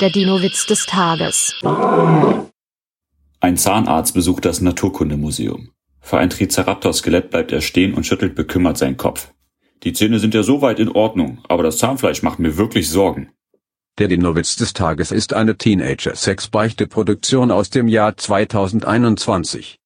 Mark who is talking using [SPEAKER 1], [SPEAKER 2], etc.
[SPEAKER 1] Der Dino-Witz des Tages.
[SPEAKER 2] Ein Zahnarzt besucht das Naturkundemuseum. Vor ein Triceratops-Skelett bleibt er stehen und schüttelt bekümmert seinen Kopf. Die Zähne sind ja soweit in Ordnung, aber das Zahnfleisch macht mir wirklich Sorgen.
[SPEAKER 3] Der Dinowitz des Tages ist eine Teenager-Sex-Beichte-Produktion aus dem Jahr 2021.